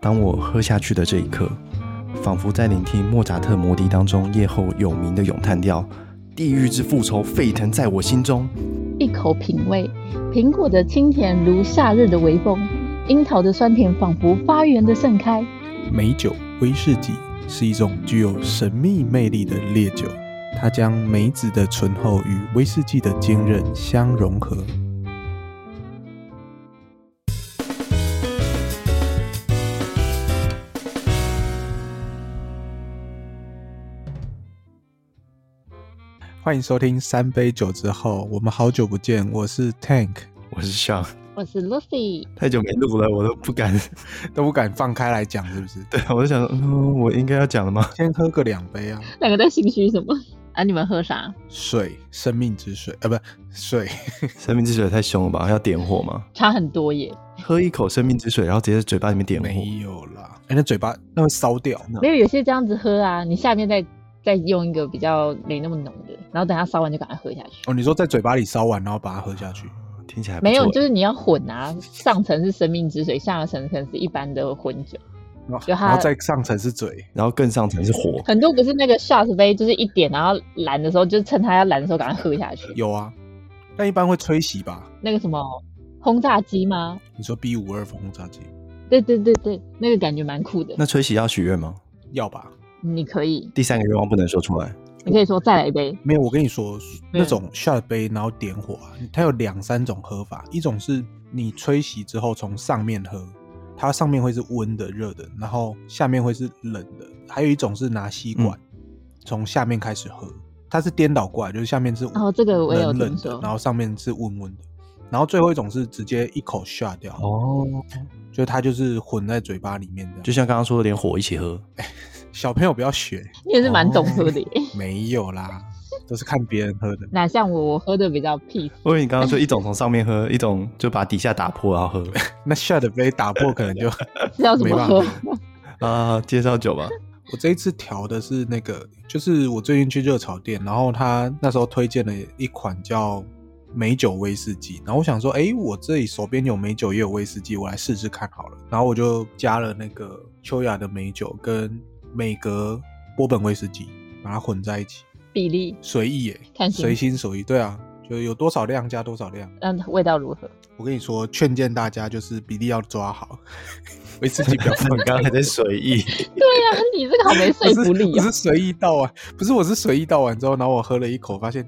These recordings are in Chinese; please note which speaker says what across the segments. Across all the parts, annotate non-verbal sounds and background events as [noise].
Speaker 1: 当我喝下去的这一刻，仿佛在聆听莫扎特《魔笛》当中夜后有名的咏叹调，地狱之复仇沸腾在我心中。
Speaker 2: 一口品味，苹果的清甜如夏日的微风，樱桃的酸甜仿佛花园的盛开。
Speaker 3: 美酒威士忌是一种具有神秘魅力的烈酒，它将梅子的醇厚与威士忌的坚韧相融合。欢迎收听三杯酒之后，我们好久不见，我是 Tank，
Speaker 1: 我是想
Speaker 2: 我是 Lucy，
Speaker 1: 太久没录了，我都不敢。 [laughs]
Speaker 3: 都不敢放开来讲，是不是？
Speaker 1: 对，我就想说，嗯，我应该要讲了吗？
Speaker 3: 先喝个两杯啊，
Speaker 2: 两个在心虚什么？啊，你们喝啥？
Speaker 3: 水，生命之水啊，不水，
Speaker 1: 生命之水太凶了吧？要点火吗？
Speaker 2: 差很多耶，
Speaker 1: 喝一口生命之水，然后直接在嘴巴里面点火。
Speaker 3: 没有啦，哎、那嘴巴那会烧掉，
Speaker 2: 没有有些这样子喝啊，你下面再再用一个比较没那么浓的，然后等它烧完就赶快喝下去。
Speaker 3: 哦，你说在嘴巴里烧完，然后把它喝下去，
Speaker 1: 听起来还不
Speaker 2: 没有，
Speaker 1: 错
Speaker 2: 就是你要混啊，上层是生命之水，下层可能是一般的混酒。
Speaker 3: 然后
Speaker 2: 就它
Speaker 3: 然后再上层是嘴，
Speaker 1: 然后更上层是火，
Speaker 2: 很多不是那个 shot 杯，就是一点，然后拦的时候，就是趁它要拦的时候赶快喝下去。
Speaker 3: 有啊，但一般会吹洗吧？
Speaker 2: 那个什么轰炸机吗？
Speaker 3: 你说 B 五二风轰炸机
Speaker 2: 对对对对，那个感觉蛮酷的。
Speaker 1: 那吹喜要许愿吗？
Speaker 3: 要吧？
Speaker 2: 你可以，
Speaker 1: 第三个愿望不能说出来。
Speaker 2: 你可以说再来一杯。
Speaker 3: 没有，我跟你说，
Speaker 2: 没有
Speaker 3: 那种 shot 杯然后点火啊，它有两三种喝法，一种是你吹洗之后从上面喝，它上面会是温的、热的，然后下面会是冷的；还有一种是拿吸管
Speaker 1: 嗯
Speaker 3: 从下面开始喝，它是颠倒过来，就是下面是
Speaker 2: 哦这个我有
Speaker 3: 冷冷
Speaker 2: 听
Speaker 3: 的
Speaker 2: 说，
Speaker 3: 然后上面是温温的，然后最后一种是直接一口 shot 掉，
Speaker 1: 哦，
Speaker 3: 就它就是混在嘴巴里面的。
Speaker 1: 就像刚刚说的，连火一起喝。
Speaker 3: 小朋友不要学，
Speaker 2: 你也是蛮
Speaker 3: 哦
Speaker 2: 懂喝的耶， [laughs]
Speaker 3: 没有啦，都是看别人喝的。
Speaker 2: 哪像我，我喝的比较 peace。
Speaker 1: 我以为你刚刚说一种从上面喝，一种就把底下打破然后喝。
Speaker 3: 那 shot 杯打破可能
Speaker 1: [laughs]
Speaker 3: 就
Speaker 2: 是要怎
Speaker 3: 没
Speaker 2: 么
Speaker 3: 办
Speaker 2: 喝
Speaker 3: 法？
Speaker 1: 啊，介绍酒
Speaker 3: [laughs]
Speaker 1: 吧。
Speaker 3: 我这一次调的是那个，就是我最近去热炒店，然后他那时候推荐了一款叫美酒威士忌，然后我想说，诶，我这里手边有美酒也有威士忌，我来试试看好了。然后我就加了那个秋雅的美酒跟美格波本威士忌，把它混在一起，
Speaker 2: 比例，
Speaker 3: 随意耶、
Speaker 2: 看心情
Speaker 3: 随心所欲，对啊，就有多少量加多少量。
Speaker 2: 那味道如何？ [laughs]
Speaker 3: 我跟你说，劝谏大家就是比例要抓好， [laughs] 威士忌不要
Speaker 1: 表示你刚刚还在随意，
Speaker 2: 对呀、你这个好没说服力
Speaker 3: 我
Speaker 2: 哦
Speaker 3: 是。随意倒完，不是我是随意倒完之后，然后我喝了一口，发现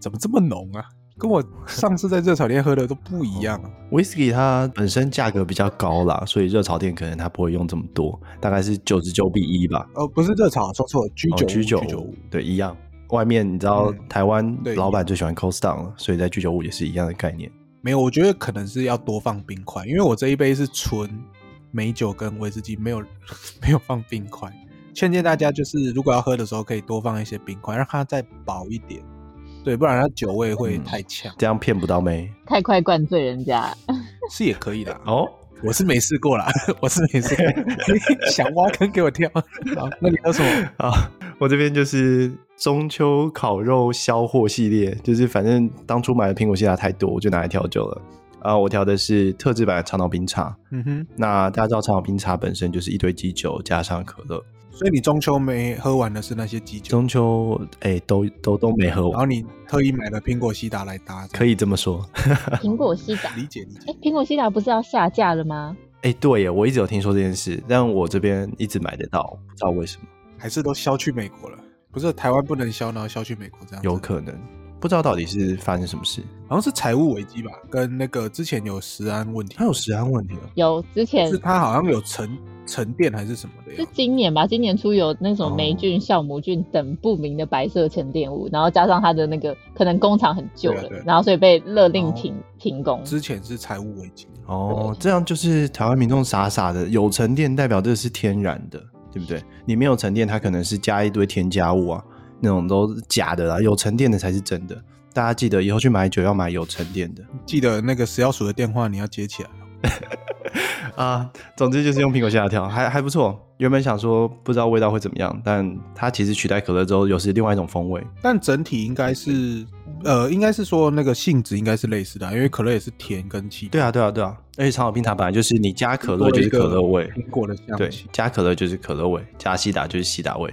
Speaker 3: 怎么这么浓啊？跟我上次在热炒店喝的都不一样啊。
Speaker 1: whisky 它本身价格比较高啦，所以热炒店可能它不会用这么多，大概是九十九比一吧。哦
Speaker 3: 哦，不是热炒，说错了，居酒屋、
Speaker 1: 居酒
Speaker 3: 酒
Speaker 1: 屋对一样。外面你知道
Speaker 3: 嗯
Speaker 1: 台湾
Speaker 3: 对
Speaker 1: 老板最喜欢 cost down 了，所以在居酒屋也是一样的概念。
Speaker 3: 没有，我觉得可能是要多放冰块，因为我这一杯是纯美酒跟威士忌，没有 [laughs] 没有放冰块。劝诫大家就是，如果要喝的时候，可以多放一些冰块，让它再薄一点，对，不然它酒味会
Speaker 1: 嗯
Speaker 3: 太呛，
Speaker 1: 这样骗不到妹
Speaker 2: 太快灌醉人家，
Speaker 3: 是也可以的。
Speaker 1: 哦。 [laughs]
Speaker 3: 我是没试过啦， [laughs] 我是没试过，想挖坑给我跳。好，那你喝什么？
Speaker 1: 啊， [laughs] 我这边就是中秋烤肉销货系列，就是反正当初买的苹果西打太多，我就拿来调酒了。啊，我调的是特制版的长岛冰茶。
Speaker 3: 嗯哼，
Speaker 1: 那大家知道长岛冰茶本身就是一堆基酒加上可乐，
Speaker 3: 所以你中秋没喝完的是那些鸡酒，
Speaker 1: 中秋哎、都都都没喝
Speaker 3: 然
Speaker 1: 完，
Speaker 3: 后你特意买了苹果西达来搭，
Speaker 1: 可
Speaker 3: 以
Speaker 1: 以这么说。
Speaker 2: [laughs] 苹果西达。
Speaker 3: 理解理解。
Speaker 2: 哎，苹果西达不是要下架了吗？
Speaker 1: 哎、对耶，我一直有听说这件事，但我这边一直买得到，不知道为什么，
Speaker 3: 还是都销去美国了？不是台湾不能销，然后销去美国这样子？
Speaker 1: 有可能不知道到底是发生什么事。
Speaker 3: 好像是财务危机吧，跟那个之前有食安问题，
Speaker 1: 它有食安问题哦了，
Speaker 2: 有之前
Speaker 3: 是它好像有沉沉淀还是什么的
Speaker 2: 是
Speaker 3: 呀？
Speaker 2: 今年吧，今年初有那种
Speaker 1: 哦
Speaker 2: 霉菌、酵母菌等不明的白色沉淀物，然后加上它的那个可能工厂很旧
Speaker 3: 对啊
Speaker 2: 了
Speaker 3: 对啊，
Speaker 2: 然后所以被勒令
Speaker 3: 哦
Speaker 2: 停停工。
Speaker 3: 之前是财务危机，
Speaker 1: 哦，这样就是台湾民众傻傻的，有沉淀代表这是天然的，对不对？你没有沉淀，它可能是加一堆添加物啊，那种都是假的啦，有沉淀的才是真的。大家记得以后去买酒要买有沉淀的
Speaker 3: 记得那个食药署的电话你要接起来。
Speaker 1: 啊。总之就是用苹果下调，还还不错。原本想说不知道味道会怎么样，但它其实取代可乐之后，又是另外一种风味。
Speaker 3: 但整体应该是呃，应该是说那个性质应该是类似的啊，因为可乐也是甜跟气
Speaker 1: 对啊，对啊，对啊。而且长岛冰茶本来就是你加可乐
Speaker 3: 多了
Speaker 1: 就
Speaker 3: 一
Speaker 1: 是可
Speaker 3: 个
Speaker 1: 乐味，
Speaker 3: 苹果的香
Speaker 1: 对
Speaker 3: 气，，
Speaker 1: 加可乐就是可乐味，加西打就是西打味，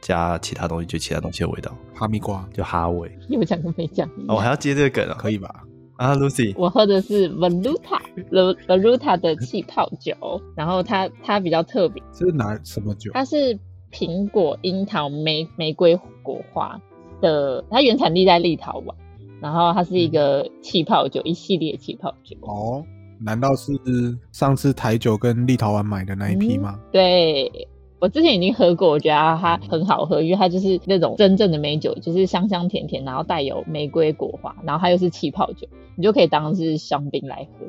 Speaker 1: 加其他东西就其他东西的味道，
Speaker 3: 哈密瓜
Speaker 1: 就哈味。
Speaker 2: 有讲跟没讲一
Speaker 1: 哦，我还
Speaker 2: 样。
Speaker 1: 要接这个梗啊！
Speaker 3: 可以吧？
Speaker 1: 啊，Lucy，
Speaker 2: 我喝的是 Veluta Veluta 的气泡酒，然后它它比较特别，
Speaker 3: 这是哪什么
Speaker 1: 哦
Speaker 3: 酒？
Speaker 2: 它是苹果、樱桃、玫玫瑰果花的，它原产地在立陶宛，然后它
Speaker 1: 嗯
Speaker 2: 是一个气泡酒，一系列气泡酒。
Speaker 3: 哦，难道是上次台酒跟立陶宛买的那一批
Speaker 1: 嗯
Speaker 3: 吗？
Speaker 2: 对，我之前已经喝过，我觉得啊它很好喝，因为它就是那种真正的美酒，就是香香甜甜，然后带有玫瑰果花，然后它又是气泡酒，你就可以当是香槟来喝，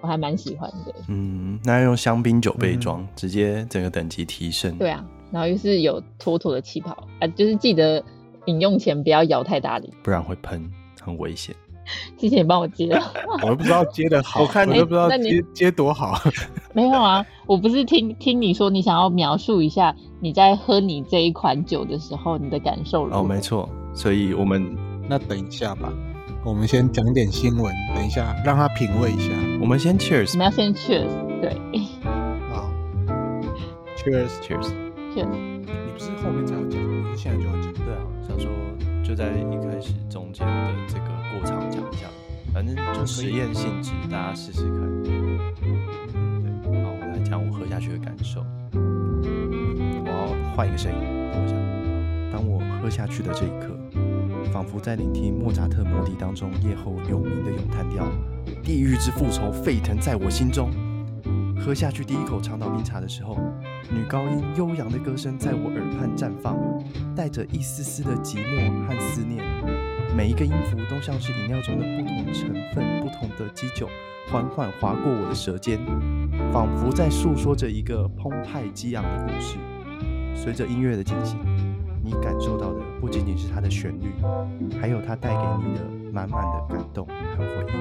Speaker 2: 我还蛮喜欢的。
Speaker 1: 嗯，那要用香槟酒杯
Speaker 3: 嗯
Speaker 1: 装，直接整个等级提升。
Speaker 2: 对啊，然后又是有妥妥的气泡啊、就是记得饮用前不要摇太大力。
Speaker 1: 不然会喷，很危险。
Speaker 2: 之前也帮我接
Speaker 1: [laughs]
Speaker 2: 了，
Speaker 3: 我都不知道接的好，
Speaker 1: 我看
Speaker 3: 我
Speaker 1: 哎你
Speaker 3: 都不知道
Speaker 2: 那你
Speaker 3: 接接多好。 [laughs]
Speaker 2: 没有啊，我不是听听你说你想要描述一下你在喝你这一款酒的时候你的感受如何？
Speaker 1: 哦，没错，所以我们
Speaker 3: 那等一下吧，我们先讲点新闻，等一下让他品味一下。
Speaker 1: 我们先
Speaker 2: 我
Speaker 1: cheers
Speaker 2: 们要先 cheers，对
Speaker 3: 好，Cheers！
Speaker 1: cheers。
Speaker 2: cheers，
Speaker 3: 你不是后面才要讲，你现在就要讲。
Speaker 1: 对啊，想说就在一开始中间的这个过场讲一下，反正就实验性质，大家试试看。对，好，我来讲我喝下去的感受。我要换一个声音，等我一下。当我喝下去的这一刻，仿佛在聆听莫扎特《魔笛》当中夜后有名的咏叹调，地狱之复仇沸腾在我心中。喝下去第一口长岛冰茶的时候，女高音悠扬的歌声在我耳畔绽放，带着一丝丝的寂寞和思念。每一个音符都像是饮料中的不同成分、不同的基酒，缓缓划过我的舌尖，仿佛在诉说着一个澎湃激昂的故事。随着音乐的进行，你感受到的不仅仅是它的旋律，还有它带给你的满满的感动和回忆。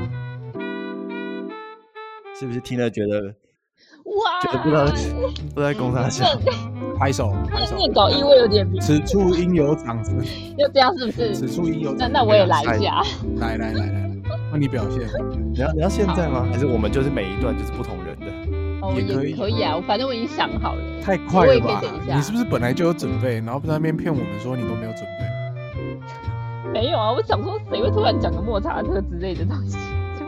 Speaker 1: 是不是听了觉得
Speaker 2: 哇，
Speaker 1: 觉得
Speaker 2: [laughs]
Speaker 1: 不知道不知道在攻啥笑？
Speaker 3: 拍手，拍手。
Speaker 2: 念稿意味有点明显，
Speaker 3: 此处应有掌声，
Speaker 2: 要这样是不
Speaker 3: 此
Speaker 2: 是？
Speaker 3: 处应有掌
Speaker 2: 那
Speaker 3: 声。
Speaker 2: 那我也来一下，
Speaker 3: 来来来来，那你表现。
Speaker 1: 你要你要现在吗？还是我们就是每一段就是不同人的？
Speaker 2: 哦，
Speaker 3: 也可以
Speaker 2: 也可以啊，我反正我已经想好了。
Speaker 3: 太快了
Speaker 2: 我也
Speaker 3: 吧
Speaker 2: 可以等一？下
Speaker 3: 你是不是本来就有准备，然后在那边骗我们说你都没有准备？
Speaker 2: 没有啊，我想说谁会突然讲个莫扎特之类的东西？就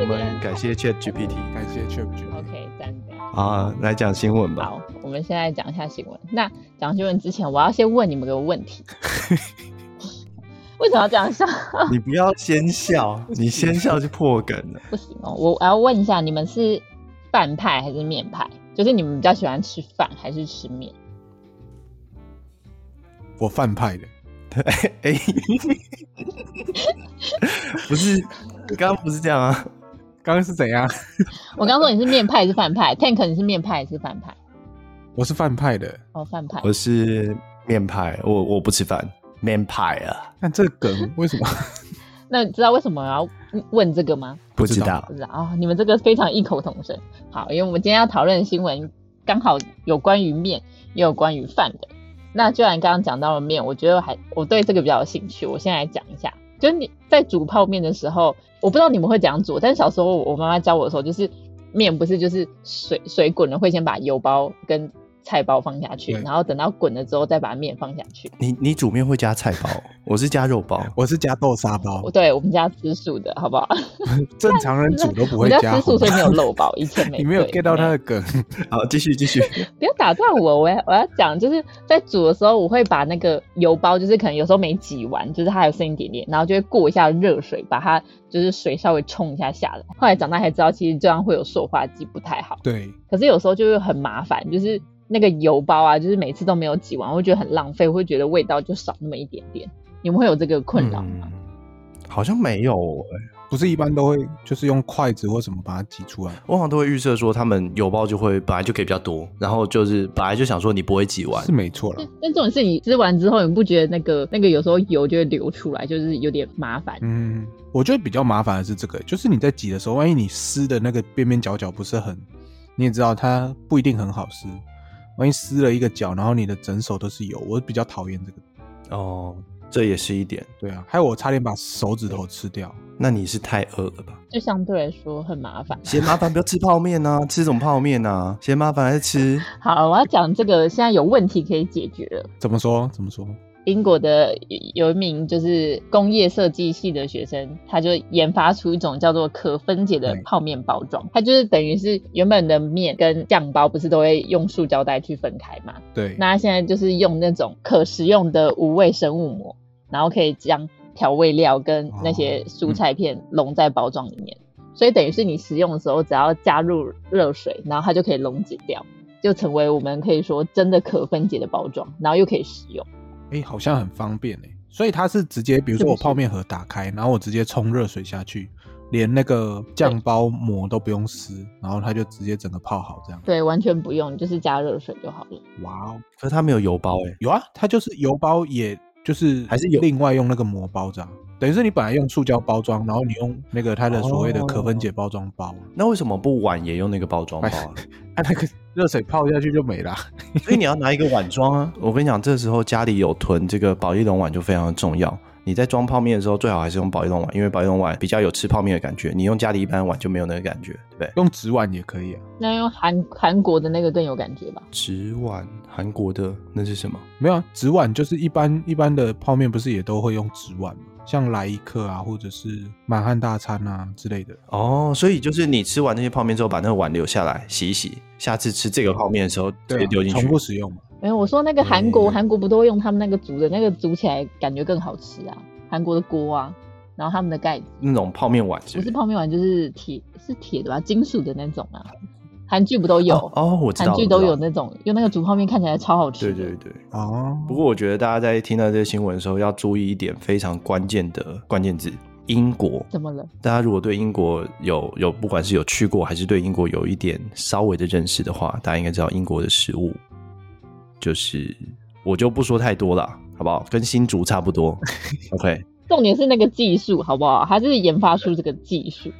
Speaker 1: 我们感谢 Chat GPT
Speaker 3: 感谢 ChatGPT。
Speaker 2: OK，赞赞。
Speaker 1: 啊，来讲新闻吧。
Speaker 2: 好，我们现在讲一下新闻。那讲新闻之前，我要先问你们个问题：为什么要这样笑？
Speaker 1: 你不要先 [laughs] 笑，你先笑就破梗了。 [laughs]
Speaker 2: 不行哦，我我要问一下，你们是饭派还是面派？就是你们比较喜欢吃饭还是吃面？
Speaker 3: 我饭派的，
Speaker 1: 哎、 [laughs] 不是，刚刚不是这样啊？
Speaker 3: 刚刚是怎样？
Speaker 2: 我刚说你是面派还是饭派？Tank，你是面派还是饭派？
Speaker 3: 我是饭派的，
Speaker 2: 哦，饭派。
Speaker 1: 我是面派，我我不吃饭，面派啊，
Speaker 3: 但这个梗为什么？
Speaker 2: 那你知道为什么我要问这个吗？
Speaker 1: 不
Speaker 3: 知
Speaker 1: 知
Speaker 3: 道
Speaker 1: 道
Speaker 2: 不。知道啊、你们这个非常异口同声。好，因为我们今天要讨论的新闻刚好有关于面，也有关于饭的。那既然刚刚讲到了面，我觉得我还我对这个比较有兴趣，我先来讲一下。就是你在煮泡面的时候，我不知道你们会怎样煮，但是小时候我我妈妈教我的时候，就是面不是就是水水滚了，会先把油包跟菜包放下去，
Speaker 3: 对
Speaker 2: 然后等到滚了之后再把面放下去。
Speaker 1: 你你煮面会加菜 [laughs] 包，我是加肉包。
Speaker 3: 我是加豆沙包
Speaker 2: 我，对我们家吃素的好不好？
Speaker 3: 正常人煮都不
Speaker 2: 我
Speaker 3: 会
Speaker 2: 们家
Speaker 3: 加
Speaker 2: 吃
Speaker 3: 红
Speaker 2: 素，所以
Speaker 3: 包。
Speaker 2: 没有肉包，以前没。
Speaker 3: [laughs] 你没有
Speaker 2: 对
Speaker 3: get 到
Speaker 2: 没有
Speaker 3: 他的梗，
Speaker 1: 好，继续继续。
Speaker 2: 不要打断我，我要我要讲，就是在煮的时候，我会把那个油包，就是可能有时候没挤完，就是它还有剩一点点，然后就会过一下热水，把它就是水稍微冲一下下来。后来长大才知道，其实这样会有塑化剂，不太好。
Speaker 3: 对，
Speaker 2: 可是有时候就是很麻烦，就是那个油包啊，就是每次都没有挤完，我会觉得很浪费，我会觉得味道就少那么一点点。你们会有这个困扰吗？
Speaker 1: 嗯好像没有、欸
Speaker 3: 不是一般都会就是用筷子或什么把它挤出来，
Speaker 1: 我好像都会预设说他们有包就会本来就给比较多，然后就是本来就想说你不会挤完
Speaker 3: 是，没错了。
Speaker 2: 但这种事你吃完之后，你不觉得那个那个有时候油就会流出来，就是有点麻烦。
Speaker 3: 嗯，我觉得比较麻烦的是这个，就是你在挤的时候，万一你撕的那个边边角角不是很，你也知道它不一定很好撕，万一撕了一个角，然后你的整手都是油，我比较讨厌这个。
Speaker 1: 哦，这也是一点。
Speaker 3: 对啊，还有我差点把手指头吃掉。
Speaker 1: 那你是太饿了吧？ [laughs]
Speaker 2: 就相对来说很麻烦。
Speaker 1: 嫌麻烦不要吃泡面呐、吃什么泡面呐、嫌麻烦还是吃？
Speaker 2: 好，我要讲这个，现在有问题可以解决了。
Speaker 3: 怎么说？怎么说？
Speaker 2: 英国的有一名就是工业设计系的学生，他就研发出一种叫做可分解的泡面包装，它就是等于是原本的面跟酱包不是都会用塑胶袋去分开嘛？
Speaker 3: 对，
Speaker 2: 那他现在就是用那种可食用的无味生物膜，然后可以将调味料跟那些蔬菜片融在包装里面，所以等于是你食用的时候只要加入热水，然后它就可以溶解掉，就成为我们可以说真的可分解的包装，然后又可以食用。
Speaker 3: 哎、好像很方便哎、所以它是直接，比如
Speaker 2: 是
Speaker 3: 说
Speaker 2: 不
Speaker 3: 我
Speaker 2: 是
Speaker 3: 泡面盒打开，然后我直接冲热水下去，连那个酱包膜都不用撕，然后它就直接整个泡好这样。
Speaker 2: 对，完全不用，就是加热水就好了。
Speaker 3: 哇哦，
Speaker 1: 可是它没有油包哎、
Speaker 3: 有啊，它就是油包，也就是
Speaker 1: 还是有
Speaker 3: 另外用那个膜包着啊、等于是你本来用塑胶包装，然后你用那个它的所谓的可分
Speaker 1: 哦
Speaker 3: 解包装包，啊
Speaker 1: 那为什么不碗也用那个包装包啊？
Speaker 3: 它、那个热水泡下去就没啊啦。
Speaker 1: 所以你要拿一个碗装 [laughs] 啊！我跟你讲，这时候家里有囤这个保丽龙碗就非常的重要。你在装泡面的时候，最好还是用保丽龙碗，因为保丽龙碗比较有吃泡面的感觉。你用家里一般的碗就没有那个感觉，对不对？
Speaker 3: 用纸碗也可以啊，
Speaker 2: 那用韩韩国的那个更有感觉吧？
Speaker 1: 纸碗，韩国的那是什么？
Speaker 3: 没有啊，纸碗就是一般一般的泡面不是也都会用纸碗吗？像来一客啊，或者是满汉大餐啊之类的。
Speaker 1: 哦，所以就是你吃完那些泡面之后，把那个碗留下来洗一洗，下次吃这个泡面的时候直接
Speaker 3: 啊
Speaker 1: 丢进去。
Speaker 3: 重复使用嘛。
Speaker 2: 没哎有，我说那个韩国，
Speaker 1: 嗯
Speaker 2: 韩国不都会用他们那个煮的那个煮起来感觉更好吃啊？韩国的锅啊，然后他们的盖子
Speaker 1: 那种泡面碗是
Speaker 2: 不
Speaker 1: 不
Speaker 2: 是
Speaker 1: 是？
Speaker 2: 泡面碗就是铁是铁的吧，金属的那种啊。韩剧不都有？
Speaker 1: 哦哦，我知道，
Speaker 2: 韩剧
Speaker 1: 我知
Speaker 2: 都
Speaker 1: 道
Speaker 2: 有。那种用那个煮泡面看起来超好吃
Speaker 1: 对
Speaker 2: 的。
Speaker 1: 对对。
Speaker 3: 哦，
Speaker 1: 不过我觉得大家在听到这些新闻的时候，要注意一点非常关键的关键字：英国。
Speaker 2: 怎么了？
Speaker 1: 大家如果对英国有有不管是有去过还是对英国有一点稍微的认识的话，大家应该知道英国的食物就是我就不说太多了，好不好？跟新竹差不
Speaker 2: [laughs]
Speaker 1: 多。OK，
Speaker 2: 重点是那个技术好不好？它是研发出这个技术，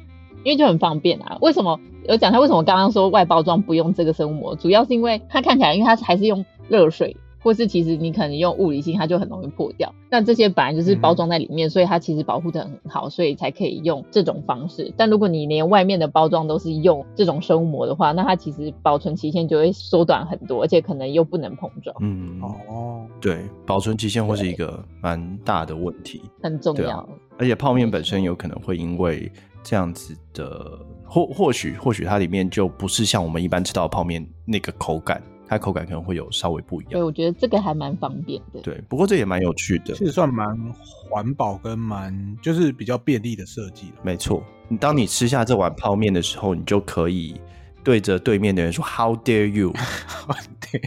Speaker 2: 因为就很方便啊。为什么有讲它为什么刚刚说外包装不用这个生物膜？主要是因为它看起来，因为它还是用热水，或是其实你可能用物理性，它就很容易破掉。那这些本来就是包装在里面，所以它其实保护的很好，所以才可以用这种方式。但如果你连外面的包装都是用这种生物膜的话，那它其实保存期限就会缩短很多，而且可能又不能碰撞，
Speaker 1: 嗯，
Speaker 3: 哦，
Speaker 1: 对，保存期限会是一个蛮大的问题。
Speaker 2: 很重
Speaker 1: 对
Speaker 2: 要。
Speaker 1: 啊而且泡面本身有可能会因为这样子的，或或许或许它里面就不是像我们一般吃到的泡面那个口感，它口感可能会有稍微不一
Speaker 2: 所以
Speaker 1: 样。
Speaker 2: 我觉得这个还蛮方便的。
Speaker 1: 对，不过这也蛮有趣的
Speaker 3: 其，实算蛮环保跟蛮就是比较便利的设计
Speaker 1: [laughs]
Speaker 3: 了。
Speaker 1: 没错。你当你吃下这碗泡面的时候，你就可以对着对面的人说 “How dare you”。
Speaker 2: [laughs]
Speaker 3: 对，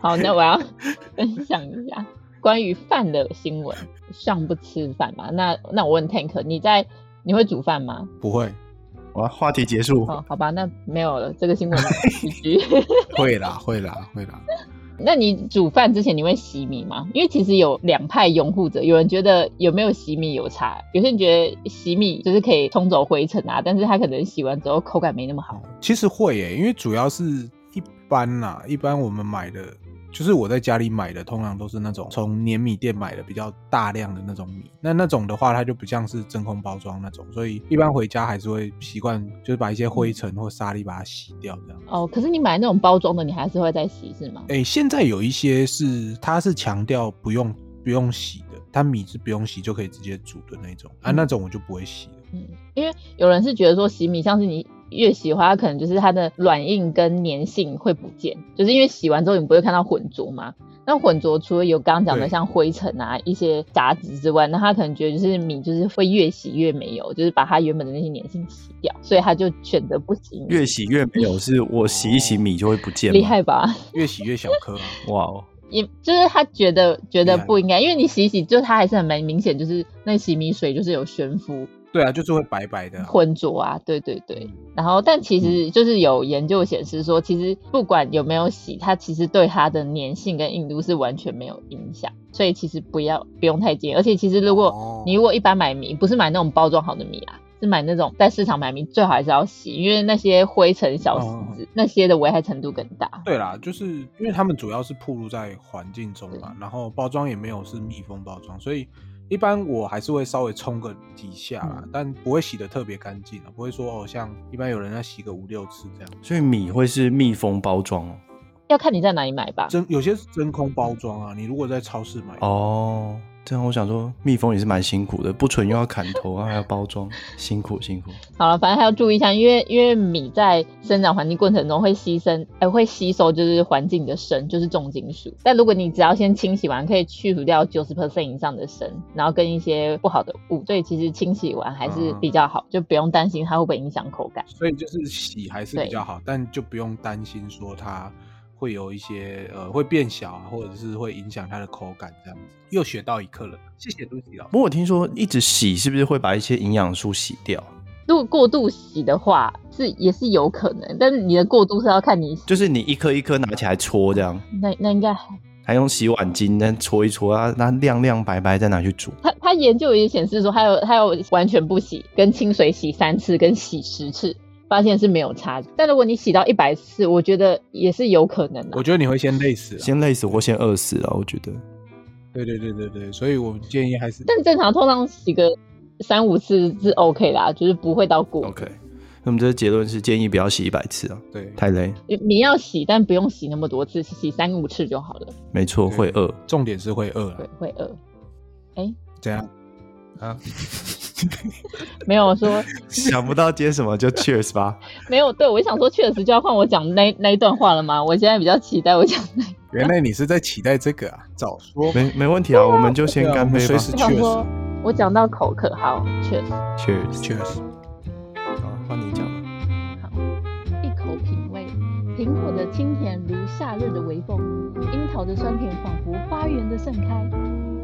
Speaker 2: 好，那我要分享一下关于饭的新闻。上不吃饭嘛？那那我问 Tank，你在你会煮饭吗？
Speaker 3: 不会，
Speaker 1: 哇，话题结束。
Speaker 2: 哦，好吧，那没有了，这个新闻必须。
Speaker 3: 会啦，会啦，会啦。
Speaker 2: [laughs] 那你煮饭之前你会洗米吗？因为其实有两派拥护者，有人觉得有没有洗米有差，有些人觉得洗米就是可以冲走灰尘啊，但是他可能洗完之后口感没那么好。
Speaker 3: 哦其实会耶，因为主要是一般啦，一般我们买的，就是我在家里买的，通常都是那种从碾米店买的比较大量的那种米。那那种的话，它就不像是真空包装那种，所以一般回家还是会习惯，就是把一些灰尘或沙粒把它洗掉这样。
Speaker 2: 哦，可是你买那种包装的，你还是会再洗是吗？
Speaker 3: 哎，现在有一些是它是强调不用不用洗的，它米是不用洗就可以直接煮的那种啊，
Speaker 2: 嗯
Speaker 3: 那种我就不会洗了。
Speaker 2: 嗯，因为有人是觉得说洗米像是你越洗的话，它可能就是它的软硬跟粘性会不见，就是因为洗完之后你不会看到混浊嘛。那混浊除了有刚刚讲的
Speaker 3: 对
Speaker 2: 像灰尘啊、一些杂质之外，那他可能觉得就是米就是会越洗越没有，就是把它原本的那些粘性洗掉，所以他就选择不洗米。
Speaker 1: 越洗越没有，是我洗一洗米就会不见吗
Speaker 2: 哦厉害吧？
Speaker 3: 越洗越小颗啊、
Speaker 1: 哇哦！
Speaker 2: 也就是他觉得觉得
Speaker 3: 厉害
Speaker 2: 不应该，因为你洗一洗，就它还是很蛮明显，就是那洗米水就是有悬浮
Speaker 3: 对啊，就是会白白的啊、
Speaker 2: 浑浊啊，对对对。然后，但其实就是有研究显示说，其实不管有没有洗，它其实对它的粘性跟硬度是完全没有影响，所以其实不要不用太介意。而且其实如果、
Speaker 3: 哦
Speaker 2: 你如果一般买米，不是买那种包装好的米啊，是买那种在市场买米，最好还是要洗，因为那些灰尘、小石子、那些的危害程度更大。
Speaker 3: 对啦，就是因为他们主要是暴露在环境中嘛，然后包装也没有是密封包装，所以一般我还是会稍微冲个几下啦，
Speaker 1: 嗯
Speaker 3: 但不会洗的特别干净啊，不会说哦像一般有人要洗个五六次这样，
Speaker 1: 所以米会是密封包装哦。
Speaker 2: 要看你在哪里买吧。
Speaker 3: 真有些是真空包装啊，你如果在超市买，
Speaker 1: 啊哦，这样我想说，蜜蜂也是蛮辛苦的，不纯又要砍头，啊还要包装，辛苦辛苦。
Speaker 2: 好了，反正还要注意一下，因为因为米在生长环境过程中会牺牲，呃，会吸收就是环境的砷，就是重金属。但如果你只要先清洗完，可以去除掉九十 percent 以上的砷，然后跟一些不好的物，所以其实清洗完还是比较好，就不用担心它会不会影响口感。
Speaker 3: 所以就是洗还是比较好，但就不用担心说它会有一些呃会变小啊，或者是会影响它的口感这样子。又学到一课了，谢谢露西老师。
Speaker 1: 不过我听说一直洗是不是会把一些营养素洗掉？
Speaker 2: 如果过度洗的话，是也是有可能，但是你的过度是要看你，
Speaker 1: 就是你一颗一颗拿起来搓，这样
Speaker 2: 那那应该还
Speaker 1: 还用洗碗巾那搓一搓啊，那亮亮白白再拿去煮。
Speaker 2: 他他研究也显示说，还有还有完全不洗，跟清水洗三次，跟洗十次，发现是没有差的。但如果你洗到一百次，我觉得也是有可能的、
Speaker 3: 我觉得你会先累死了。
Speaker 1: 先累死或先饿死啊了，我觉得。
Speaker 3: 对对对对对，所以我们建议还是
Speaker 2: 啊但正常通常洗个三五次是 OK 啦，就是不会到过。
Speaker 1: OK，那么这个结论是建议不要洗一百次啊，
Speaker 3: 对
Speaker 1: 太累。
Speaker 2: 你要洗，但不用洗那么多次，洗三五次就好了。
Speaker 1: 没错，
Speaker 3: 对
Speaker 1: 会饿。
Speaker 3: 重点是会饿啊
Speaker 2: 对
Speaker 3: 了，，
Speaker 2: 会饿。
Speaker 3: 这样啊？
Speaker 2: [laughs] 没有说
Speaker 1: 想不到接什么就 Cheers [laughs] 吧。
Speaker 2: 没有，对我想说，确实就要换我讲那那一段话了吗？我现在比较期待我讲那
Speaker 3: 原来你是在期待这个啊？早说，
Speaker 1: 没没问题 [laughs] 啊，我们就先
Speaker 3: 对啊
Speaker 1: 干
Speaker 3: 我们
Speaker 1: 杯吧
Speaker 3: 随。时
Speaker 2: 我想
Speaker 3: 确
Speaker 2: 说
Speaker 3: 实，
Speaker 2: 我讲到口渴，好，确实，
Speaker 1: Cheers，
Speaker 3: 确实。
Speaker 1: 好，换你讲了。
Speaker 2: 好，一口品味，苹果的清甜如夏日的微风，樱桃的酸甜仿佛花园的盛开，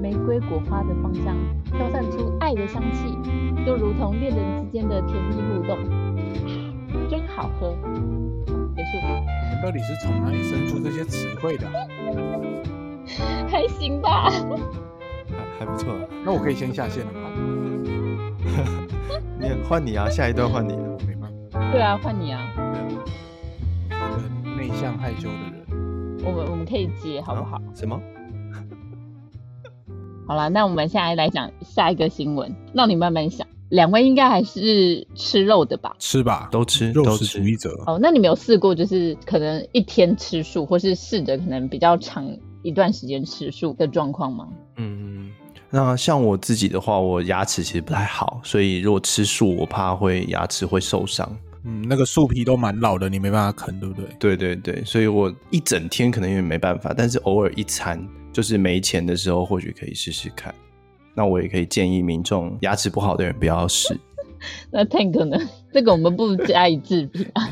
Speaker 2: 玫瑰果花的芳香飘散出爱的香气，就如同恋人之间的甜蜜互动，真好喝。结束，
Speaker 3: 你们到底是从哪里生出这些词汇的啊、
Speaker 2: 还行吧？
Speaker 1: 还还不错、啊
Speaker 3: 那我可以先下线了吗？
Speaker 1: 你换你啊，下一段换你、
Speaker 3: 没办法，
Speaker 2: 对啊，换你啊，
Speaker 3: 一个内向害羞的人，
Speaker 2: 我们我们可以接好不好？？
Speaker 1: 什么？
Speaker 2: 好了，那我们现在来讲下一个新闻，让你慢慢想。两位应该还是吃肉的吧？
Speaker 3: 吃吧，
Speaker 1: 都吃，
Speaker 3: 肉
Speaker 1: 都
Speaker 3: 食
Speaker 1: 吃
Speaker 3: 主。义者。
Speaker 2: 哦，那你们有试过就是可能一天吃素，或是试着可能比较长一段时间吃素的状况吗？
Speaker 1: 嗯，那像我自己的话，我牙齿其实不太好，所以如果吃素，我怕会牙齿会受伤。
Speaker 3: 嗯，那个树皮都蛮老的，你没办法啃，对不对？
Speaker 1: 对对对，所以我一整天可能有点没办法，但是偶尔一餐，就是没钱的时候，或许可以试试看。那我也可以建议民众，牙齿不好的人不要试。
Speaker 2: 那 Tank 呢？这个我们不加以置评啊。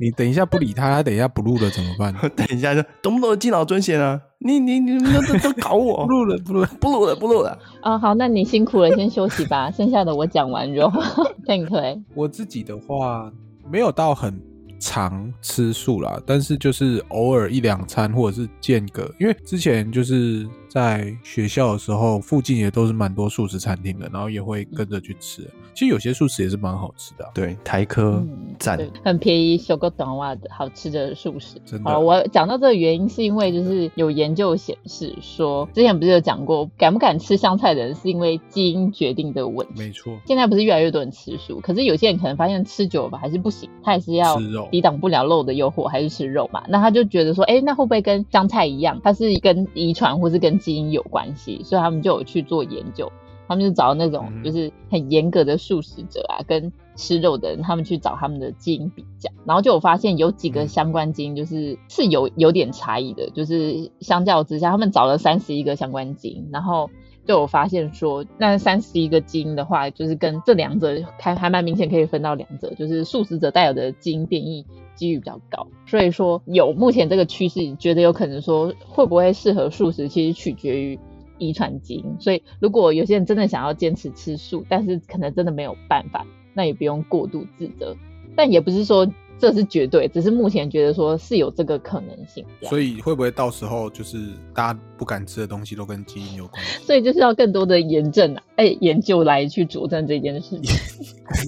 Speaker 3: 你等一下不理他，他等一下不录了怎么办？
Speaker 1: [laughs] 等一下就懂不懂敬老尊贤啊？你你你们都都搞我
Speaker 3: [laughs] 不，录了，不录了。
Speaker 1: [laughs] 不录了不录了。
Speaker 2: 哦，好，那你辛苦了，先休息吧。剩下的我讲完就好。Tank 哎、
Speaker 3: 我自己的话，没有到很常吃素啦，但是就是偶尔一两餐，或者是间隔。因为之前就是在学校的时候，附近也都是蛮多素食餐厅的，然后也会跟着去吃。其实有些素食也是蛮好吃的啊、
Speaker 1: 对，台科
Speaker 2: 嗯
Speaker 1: 呃赞、
Speaker 2: 对，很便宜，修个短袜的好吃的素食。
Speaker 3: 真的
Speaker 2: 好，哦我讲到这个原因是因为就是有研究显示说，之前不是有讲过，敢不敢吃香菜的人是因为基因决定的问题。
Speaker 3: 没错，
Speaker 2: 现在不是越来越多人吃素，可是有些人可能发现吃久了吧还是不行，他还是要
Speaker 3: 吃肉
Speaker 2: 抵挡不了肉的诱惑，还是吃肉嘛。那他就觉得说，哎、那会不会跟香菜一样，它是跟遗传或是跟基因有关系？所以他们就有去做研究，他们就找那种
Speaker 3: 嗯
Speaker 2: 就是很严格的素食者啊，跟吃肉的人，他们去找他们的基因比较，然后就有发现有几个
Speaker 3: 嗯
Speaker 2: 相关基因就是是有有点差异的，就是相较之下，他们找了三十一个相关基因，然后就有发现说，那三十一个基因的话，就是跟这两者还还蛮明显可以分到两者，就是素食者带有的基因变异几率比较高，所以说有目前这个趋势，觉得有可能说会不会适合素食，其实取决于遗传基因。所以如果有些人真的想要坚持吃素，但是可能真的没有办法，那也不用过度自责，但也不是说这是绝对，只是目前觉得说是有这个可能性。这样
Speaker 3: 所以会不会到时候就是大家不敢吃的东西都跟基因有关系？
Speaker 2: 所以就是要更多的验证啊，哎、研究来去佐证这件事情。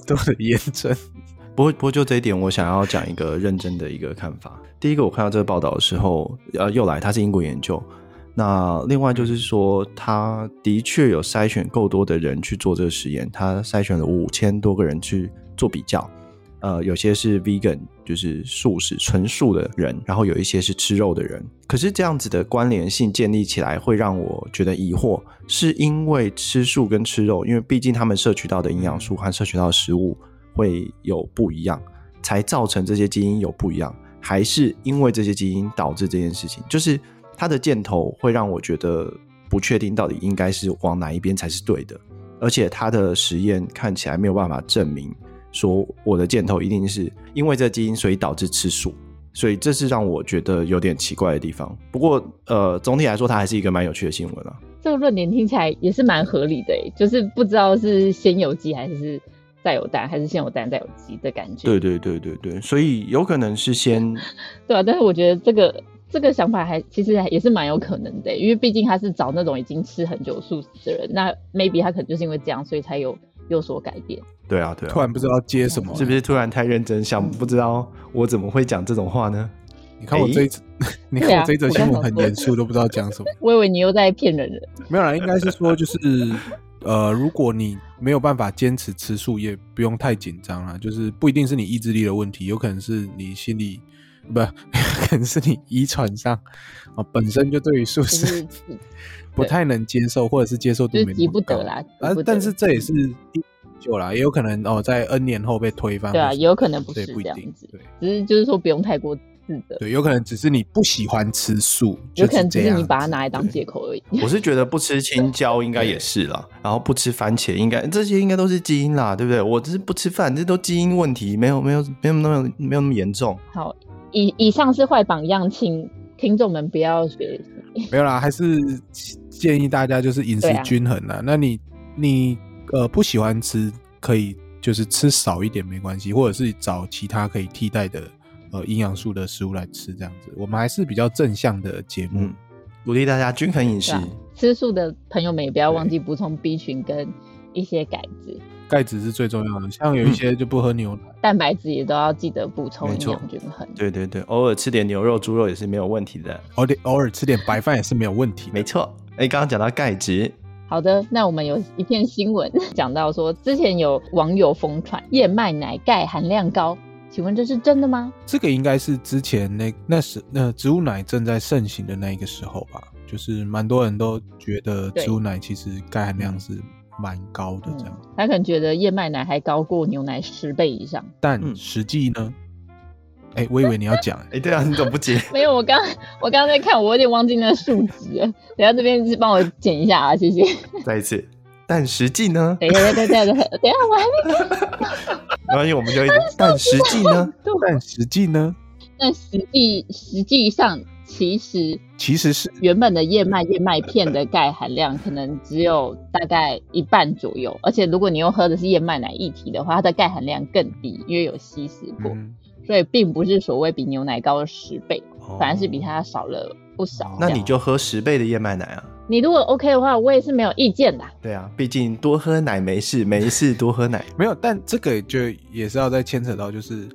Speaker 3: 都很验证。
Speaker 1: 不过，不过就这一点，我想要讲一个认真的一个看法。第一个，我看到这个报道的时候，呃，又来，它是英国研究。那另外就是说，他的确有筛选够多的人去做这个实验，他筛选了五千多个人去做比较。呃，有些是 vegan，就是素食纯素的人，然后有一些是吃肉的人。可是这样子的关联性建立起来，会让我觉得疑惑，是因为吃素跟吃肉，因为毕竟他们摄取到的营养素和摄取到的食物会有不一样，才造成这些基因有不一样，还是因为这些基因导致这件事情？就是它的箭头会让我觉得不确定，到底应该是往哪一边才是对的，而且它的实验看起来没有办法证明。说我的箭头一定是因为这基因，所以导致吃素，所以这是让我觉得有点奇怪的地方。不过，呃，总体来说，它还是一个蛮有趣的新闻啊。
Speaker 2: 这个论点听起来也是蛮合理的、欸，就是不知道是先有鸡还是再有蛋，还是先有蛋再有鸡的感觉。
Speaker 1: 对对对对对，所以有可能是先
Speaker 2: 对啊，但是我觉得这个这个想法还其实还也是蛮有可能的、欸，因为毕竟他是找那种已经吃很久素食的人，那 maybe 他可能就是因为这样，所以才有有所改变。
Speaker 1: 对啊对
Speaker 3: 突
Speaker 1: 啊，
Speaker 3: 然不知道接什么了，
Speaker 1: 是不是突然太认真，想不知道我怎么会讲这种话呢？
Speaker 3: 你看我这一次， [laughs] 你看我这一则新闻很严肃，都不知道讲什么。
Speaker 2: 我以为你又在骗人了。
Speaker 3: 没有啦，应该是说就是，呃，如果你没有办法坚持吃素，也不用太紧张啦。就是不一定是你意志力的问题，有可能是你心里不， [laughs] 可能是你遗传上啊、本身就对于素
Speaker 2: 就
Speaker 3: [laughs] 食
Speaker 2: 是
Speaker 3: 不太能接受，或者是接受度
Speaker 2: 就是
Speaker 3: 没那
Speaker 2: 急
Speaker 3: 么
Speaker 2: 不得
Speaker 3: 高
Speaker 2: 啦，急
Speaker 3: 啊
Speaker 2: 不，得
Speaker 3: 但是这也是一就啦，也有可能哦，在 N 年后被推翻。
Speaker 2: 对啊，
Speaker 3: 或是
Speaker 2: 也有可能不
Speaker 3: 对
Speaker 2: 是
Speaker 3: 不
Speaker 2: 这
Speaker 3: 一定
Speaker 2: 样子，
Speaker 3: 对
Speaker 2: 只是就是说不用太过自责，
Speaker 3: 对，有可能只是你不喜欢吃素，
Speaker 2: 有
Speaker 3: 就
Speaker 2: 可能只
Speaker 3: 这
Speaker 2: 是
Speaker 3: 样
Speaker 2: 你把它
Speaker 3: 子
Speaker 2: 拿来当
Speaker 3: 对
Speaker 2: 借口而已。 [laughs]
Speaker 1: 我是觉得不吃青椒应该也是啦，然后不吃番茄应该这些应该都是基因啦，对不对？我只是不吃饭，这都基因问题，没有没有没有那么没有那么严重。嗯
Speaker 2: 好，以以上是坏榜样，请听众们不要学习。
Speaker 3: 没有啦，还是建议大家就是饮食
Speaker 2: 对啊
Speaker 3: 均衡啦。那你你呃不喜欢吃，可以就是吃少一点没关系，或者是找其他可以替代的呃营养素的食物来吃，这样子。我们还是比较正向的节目。
Speaker 1: 嗯，鼓励大家均衡饮食
Speaker 2: 对。啊吃素的朋友们也不要忘记补充 B 群跟一些钙质，
Speaker 3: 钙质是最重要的，像
Speaker 1: 嗯
Speaker 3: 有一些就不喝牛奶，
Speaker 2: 蛋白质也都要记得补充，
Speaker 1: 没
Speaker 2: 营
Speaker 1: 错
Speaker 2: 养均衡。
Speaker 1: 对对对，偶尔吃点牛肉、猪肉也是没有问题的。
Speaker 3: 偶点偶尔吃点白饭也是没有问题的。
Speaker 1: 没错，哎，刚刚讲到钙质，
Speaker 2: 好的，那我们有一篇新闻讲到说，之前有网友疯传燕麦奶钙含量高，请问这是真的吗？
Speaker 3: 这个应该是之前那那时那植物奶正在盛行的那一个时候吧，就是蛮多人都觉得
Speaker 2: 对
Speaker 3: 植物奶其实钙含
Speaker 1: 嗯
Speaker 3: 量是蛮高的这样，
Speaker 2: 他可能觉得燕麦奶还高过牛奶十倍以上。
Speaker 1: 嗯
Speaker 3: 但实际呢，哎、我以为你要讲、
Speaker 1: 哎，对啊，你怎么不接？
Speaker 2: 没有，我刚我刚刚在看，我有点忘记那个数值了，等一下这边帮我剪一下啊，谢谢。
Speaker 1: 再一次，但实际呢？
Speaker 2: 等一下，等一下，等一下，等一下，我还没
Speaker 1: 然后我们就一直，但实际呢？
Speaker 3: 但实际呢，
Speaker 2: 但实际实际上，其实
Speaker 3: 其实是
Speaker 2: 原本的燕麦燕麦片的钙含量可能只有大概一半左右，而且如果你又喝的是燕麦奶液体的话，它的钙含量更低，因为有稀释过，
Speaker 3: 嗯，
Speaker 2: 所以并不是所谓比牛奶高十倍，
Speaker 1: 哦
Speaker 2: 反而是比它少了不少。
Speaker 1: 那
Speaker 2: 这
Speaker 1: 你
Speaker 2: 样
Speaker 1: 就喝十倍的燕麦奶啊。
Speaker 2: 你如果 OK 的话，我也是没有意见的。
Speaker 1: 对啊，毕竟多喝奶没事，没事多喝奶。
Speaker 3: 没有，但这个就也是要再牵扯到，就是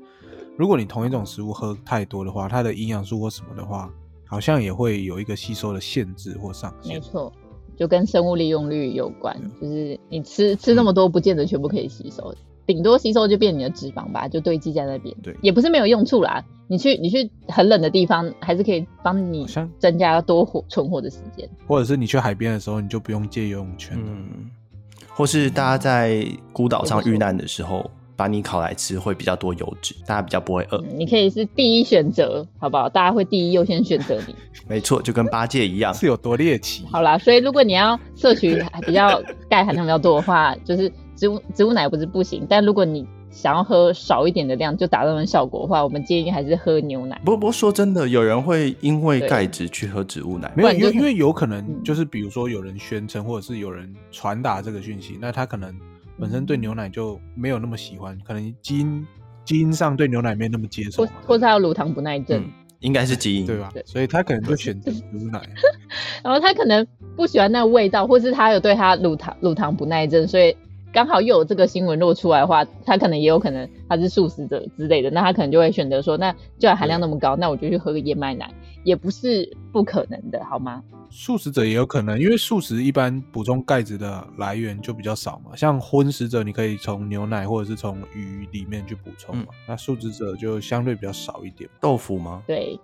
Speaker 3: 如果你同一种食物喝太多的话，它的营养素或什么的话，好像也会有一个吸收的限制或上
Speaker 2: 没
Speaker 3: 限。
Speaker 2: 错，就跟生物利用率有关，就是你吃吃那么多，不见得全部可以吸收，顶多吸收就变你的脂肪吧，就堆积在那边。
Speaker 1: 对
Speaker 2: 也不是没有用处啦。你去你去很冷的地方，还是可以帮你
Speaker 3: 好像
Speaker 2: 增加多活存活的时间。
Speaker 3: 或者是你去海边的时候，你就不用借游泳圈了。
Speaker 1: 嗯，或是大家在孤岛上遇难的时候，把你烤来吃会比较多油脂，大家比较不会饿。
Speaker 2: 嗯你可以是第一选择，好不好？大家会第一优先选择你。
Speaker 1: 没错，就跟八戒一样。
Speaker 3: 是有多猎奇？
Speaker 2: 好啦，所以如果你要摄取比
Speaker 3: [laughs]
Speaker 2: 较钙含量比较多的话，就是植物植物奶不是不行，但如果你想要喝少一点的量就达到那效果的话，我们建议还是喝牛奶。
Speaker 1: 不过不过说真的，有人会因为
Speaker 2: 对
Speaker 1: 钙质去喝植物奶
Speaker 3: 没有，
Speaker 2: 不然
Speaker 3: 因
Speaker 2: 就
Speaker 3: 为
Speaker 2: 是
Speaker 3: 因为有可能
Speaker 2: 嗯
Speaker 3: 就是比如说有人宣称，或者是有人
Speaker 2: 嗯
Speaker 3: 传达这个讯息，那他可能本身对牛奶就没有那么喜欢，可能基因基因上对牛奶没那么接受
Speaker 2: 或
Speaker 3: 嘛，
Speaker 2: 或是他有乳糖不耐症，
Speaker 1: 嗯，应该是基因
Speaker 3: 对吧
Speaker 2: 对？
Speaker 3: 所以他可能就选择牛奶。
Speaker 2: 然后他可能不喜欢那个味道，或是他有对他乳糖乳糖不耐症，所以刚好又有这个新闻落出来的话，他可能也有可能他是素食者之类的，那他可能就会选择说，那既然含量那么高，那我就去喝个燕麦奶，也不是不可能的，好吗？
Speaker 3: 素食者也有可能，因为素食一般补充钙质的来源就比较少嘛。像荤食者，你可以从牛奶或者是从鱼里面去补充嘛。
Speaker 2: 嗯
Speaker 3: 那素食者就相对比较少一点。
Speaker 1: 豆腐吗？
Speaker 2: 对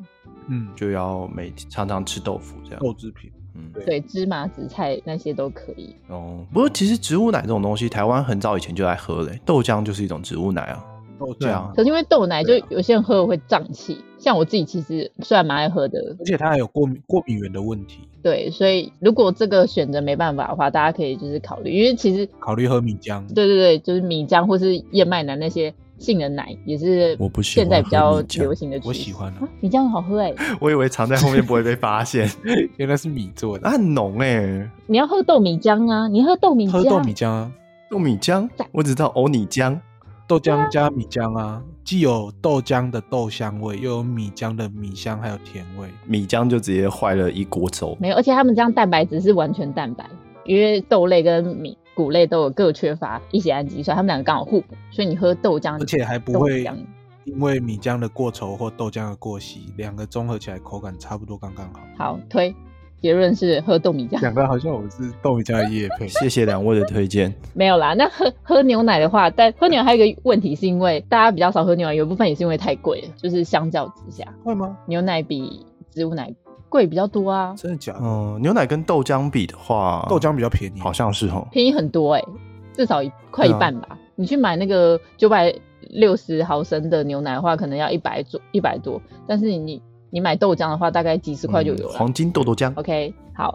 Speaker 3: 嗯，
Speaker 1: 就要每常常吃豆腐这
Speaker 2: 啊
Speaker 1: 样。
Speaker 3: 豆制品，
Speaker 1: 嗯，
Speaker 3: 对
Speaker 2: 对，芝麻、紫菜那些都可以。
Speaker 1: 哦，不过其实植物奶这种东西，台湾很早以前就在喝嘞、豆浆就是一种植物奶啊。
Speaker 3: 豆
Speaker 1: 对
Speaker 3: 浆，
Speaker 1: 啊
Speaker 2: 可是因为豆奶，就
Speaker 3: 对啊
Speaker 2: 有些人喝了会胀气，像我自己其实虽然蛮爱喝的，
Speaker 3: 而且它还有过敏过敏源的问题，
Speaker 2: 对，所以如果这个选择没办法的话，大家可以就是考虑，因为其实
Speaker 3: 考虑喝米浆。
Speaker 2: 对对对，就是米浆或是燕麦奶那些杏仁奶也是
Speaker 1: 我不喜欢
Speaker 2: 现在比较
Speaker 1: 喝米浆
Speaker 2: 流行的
Speaker 3: 我
Speaker 2: 趋势
Speaker 3: 喜欢啊
Speaker 2: 啊，米浆很好喝哎、
Speaker 1: 我以为藏在后面不会被发
Speaker 2: [laughs]
Speaker 1: 现，
Speaker 3: 原来是米做
Speaker 1: 它
Speaker 3: 的，
Speaker 1: 很浓哎、
Speaker 2: 你要喝豆米浆啊，你喝豆米浆，
Speaker 3: 喝豆米浆啊，
Speaker 1: 糯米浆，我只知道欧米浆。
Speaker 3: 豆浆加米浆啊，既有豆浆的豆香味，又有米浆的米香，还有甜味。
Speaker 1: 米浆就直接坏了一锅粥。
Speaker 2: 没有，而且他们这样蛋白质是完全蛋白，因为豆类跟米谷类都有各缺乏一些氨基酸，他们两个刚好互补，所以你喝豆浆，
Speaker 3: 而且还不
Speaker 2: 豆
Speaker 3: 会
Speaker 2: 浆
Speaker 3: 因为米浆的过稠或豆浆的过稀，两个综合起来口感差不多刚刚好。
Speaker 2: 好推。结论是喝豆米浆。
Speaker 3: 讲的好像我 [laughs] 是豆米浆的叶配，
Speaker 1: 谢谢两位的推荐。
Speaker 2: 没有啦，那喝喝牛奶的话，但喝牛奶还有一个问题，是因为大家比较少喝牛奶，有一部分也是因为太贵了，就是相较之下，
Speaker 3: 会吗？
Speaker 2: 牛奶比植物奶贵比较多啊，
Speaker 3: 真的假的？
Speaker 1: 嗯、牛奶跟豆浆比的话，
Speaker 3: 豆浆比较便宜，
Speaker 1: 好像是哦。
Speaker 2: 便宜很多哎、至少一快
Speaker 1: 啊
Speaker 2: 一半吧。你去买那个九百六十毫升的牛奶的话，可能要一百左一百多，但是你你买豆浆的话，大概几十块就有
Speaker 1: 嗯
Speaker 2: 了。
Speaker 1: 黄金豆豆浆。
Speaker 2: OK，好，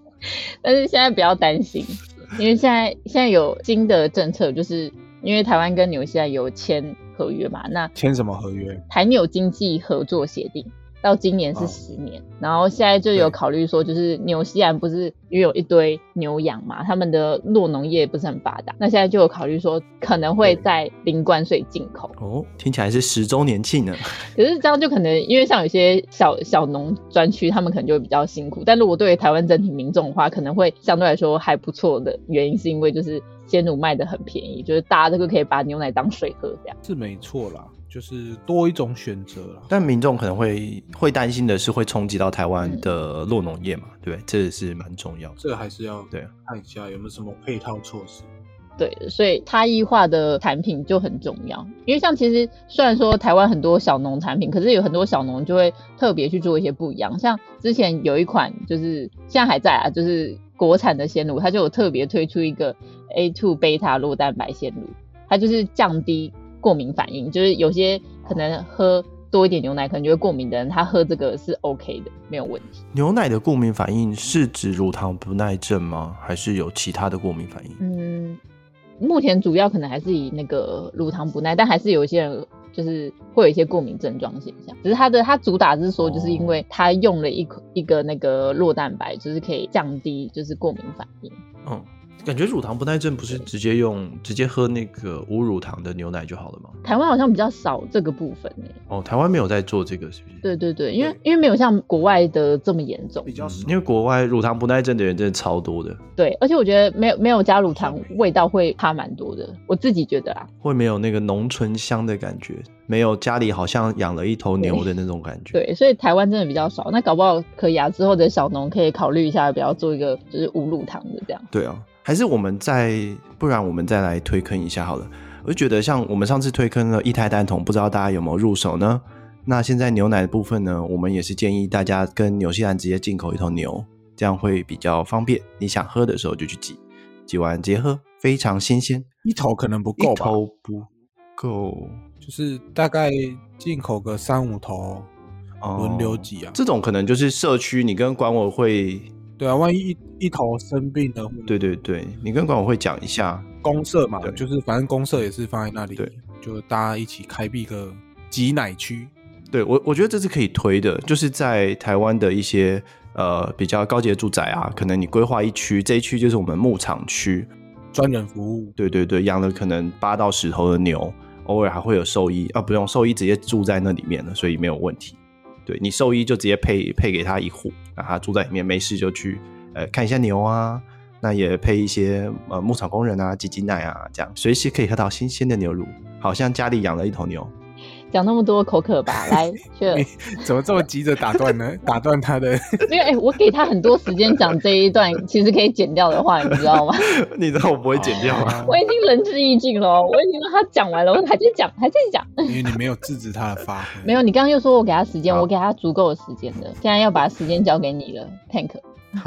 Speaker 2: [laughs] 但是现在不要担心，因为现在现在有新的政策，就是因为台湾跟纽西兰有签合约嘛，那
Speaker 3: 签什么合约？
Speaker 2: 台纽经济合作协定到今年是
Speaker 3: 哦
Speaker 2: 十年，然后现在就有
Speaker 3: 对
Speaker 2: 考虑说，就是纽西兰不是也有一堆牛羊嘛，他们的落农业不是很发达，那现在就有考虑说可能会
Speaker 3: 对
Speaker 2: 在零关税进口，
Speaker 1: 哦，听起来是十周年庆呢。
Speaker 2: 可是这样就可能因为像有些小小农专区，他们可能就会比较辛苦，但如果对于台湾整体民众的话，可能会相对来说还不错的原因，是因为就是鲜乳卖的很便宜，就是大家都可以把牛奶当水喝这样。
Speaker 3: 是没错啦，就是多一种选择啦。
Speaker 1: 但民众可能会会担心的是，会冲击到台湾的落农业嘛，对不对？这也是蛮重要的。
Speaker 3: 这还是要
Speaker 1: 对
Speaker 3: 看一下有没有什么配套措施。
Speaker 2: 对，所以差异化的产品就很重要。因为像其实虽然说台湾很多小农产品，可是有很多小农就会特别去做一些不一样。像之前有一款就是现在还在啊，就是国产的鲜乳，它就有特别推出一个 A two 贝塔酪蛋白鲜乳，它就是降低过敏反应，就是有些可能喝多一点牛奶可能就会过敏的人，他喝这个是 OK 的，没有问题。
Speaker 1: 牛奶的过敏反应是指乳糖不耐症吗？还是有其他的过敏反应？
Speaker 2: 嗯，目前主要可能还是以那个乳糖不耐，但还是有一些人就是会有一些过敏症状现象。只是它的它主打是说，就是因为它用了一个一个那个酪蛋白，就是可以降低就是过敏反应。
Speaker 1: 嗯，感觉乳糖不耐症不是直接用直接喝那个无乳糖的牛奶就好了吗？
Speaker 2: 台湾好像比较少这个部分呢、
Speaker 1: 哦，台湾没有在做这个，是不是？
Speaker 2: 对对对，因为
Speaker 3: 对
Speaker 2: 因为没有像国外的这么严重
Speaker 3: 比。较少
Speaker 1: 嗯，因为国外乳糖不耐症的人真的超多的，
Speaker 2: 对，而且我觉得没有没有加乳糖，味道会差蛮多的。我自己觉得啊，
Speaker 1: 会没有那个浓醇香的感觉，没有家里好像养了一头牛的那种感觉。，
Speaker 2: 对，所以台湾真的比较少。那搞不好可以啊，之后的小农可以考虑一下，不要做一个就是无乳糖的这样。
Speaker 1: 对啊，还是我们再，不然我们再来推坑一下好了。我就觉得像我们上次推坑了一胎单桶，不知道大家有没有入手呢？那现在牛奶的部分呢，我们也是建议大家跟纽西兰直接进口一头牛，这样会比较方便。你想喝的时候就去挤，挤完直接喝，非常新鲜。
Speaker 3: 一头可能不
Speaker 1: 一
Speaker 3: 够吧，
Speaker 1: 头不够，
Speaker 3: 就是大概进口个三五头，
Speaker 1: 哦
Speaker 3: 轮流挤啊
Speaker 1: 这种可能就是社区，你跟管委会，
Speaker 3: 对啊，万一一一头生病了，
Speaker 1: 对对对，你跟管委会讲一下，
Speaker 3: 公社嘛
Speaker 1: 对，
Speaker 3: 就是反正公社也是放在那里
Speaker 1: 对，
Speaker 3: 就大家一起开辟个挤奶区。
Speaker 1: 对我，我觉得这是可以推的，就是在台湾的一些呃比较高级的住宅啊，可能你规划一区，这一区就是我们牧场区，
Speaker 3: 专人服务， [laughs]
Speaker 1: 对对对，养了可能八到十头的牛，偶尔还会有兽医啊，不用兽医直接住在那里面了，所以没有问题。对你兽医就直接配配给他一户，让他住在里面，没事就去呃看一下牛啊，那也配一些呃牧场工人啊、挤挤奶啊，这样随时可以喝到新鲜的牛乳，好像家里养了一头牛。 [laughs]
Speaker 2: 讲那么多口渴吧，来，去了
Speaker 3: 你怎么这么急着打断呢？打断他的，
Speaker 2: 没有哎、我给他很多时间讲这
Speaker 1: [laughs]
Speaker 2: 一段，其实可以剪掉的话，你知道吗？
Speaker 1: 你知道 [laughs] 我不会剪掉吗？
Speaker 2: 我已经仁至义尽了，我已经让他讲完了，我还在讲，还在讲。
Speaker 3: [laughs] 因为你没有制止他的发挥。
Speaker 2: 没有，你刚刚又说我给他时间，
Speaker 1: 好
Speaker 2: 我给他足够的时间的，现在要把时间交给你了，Tank。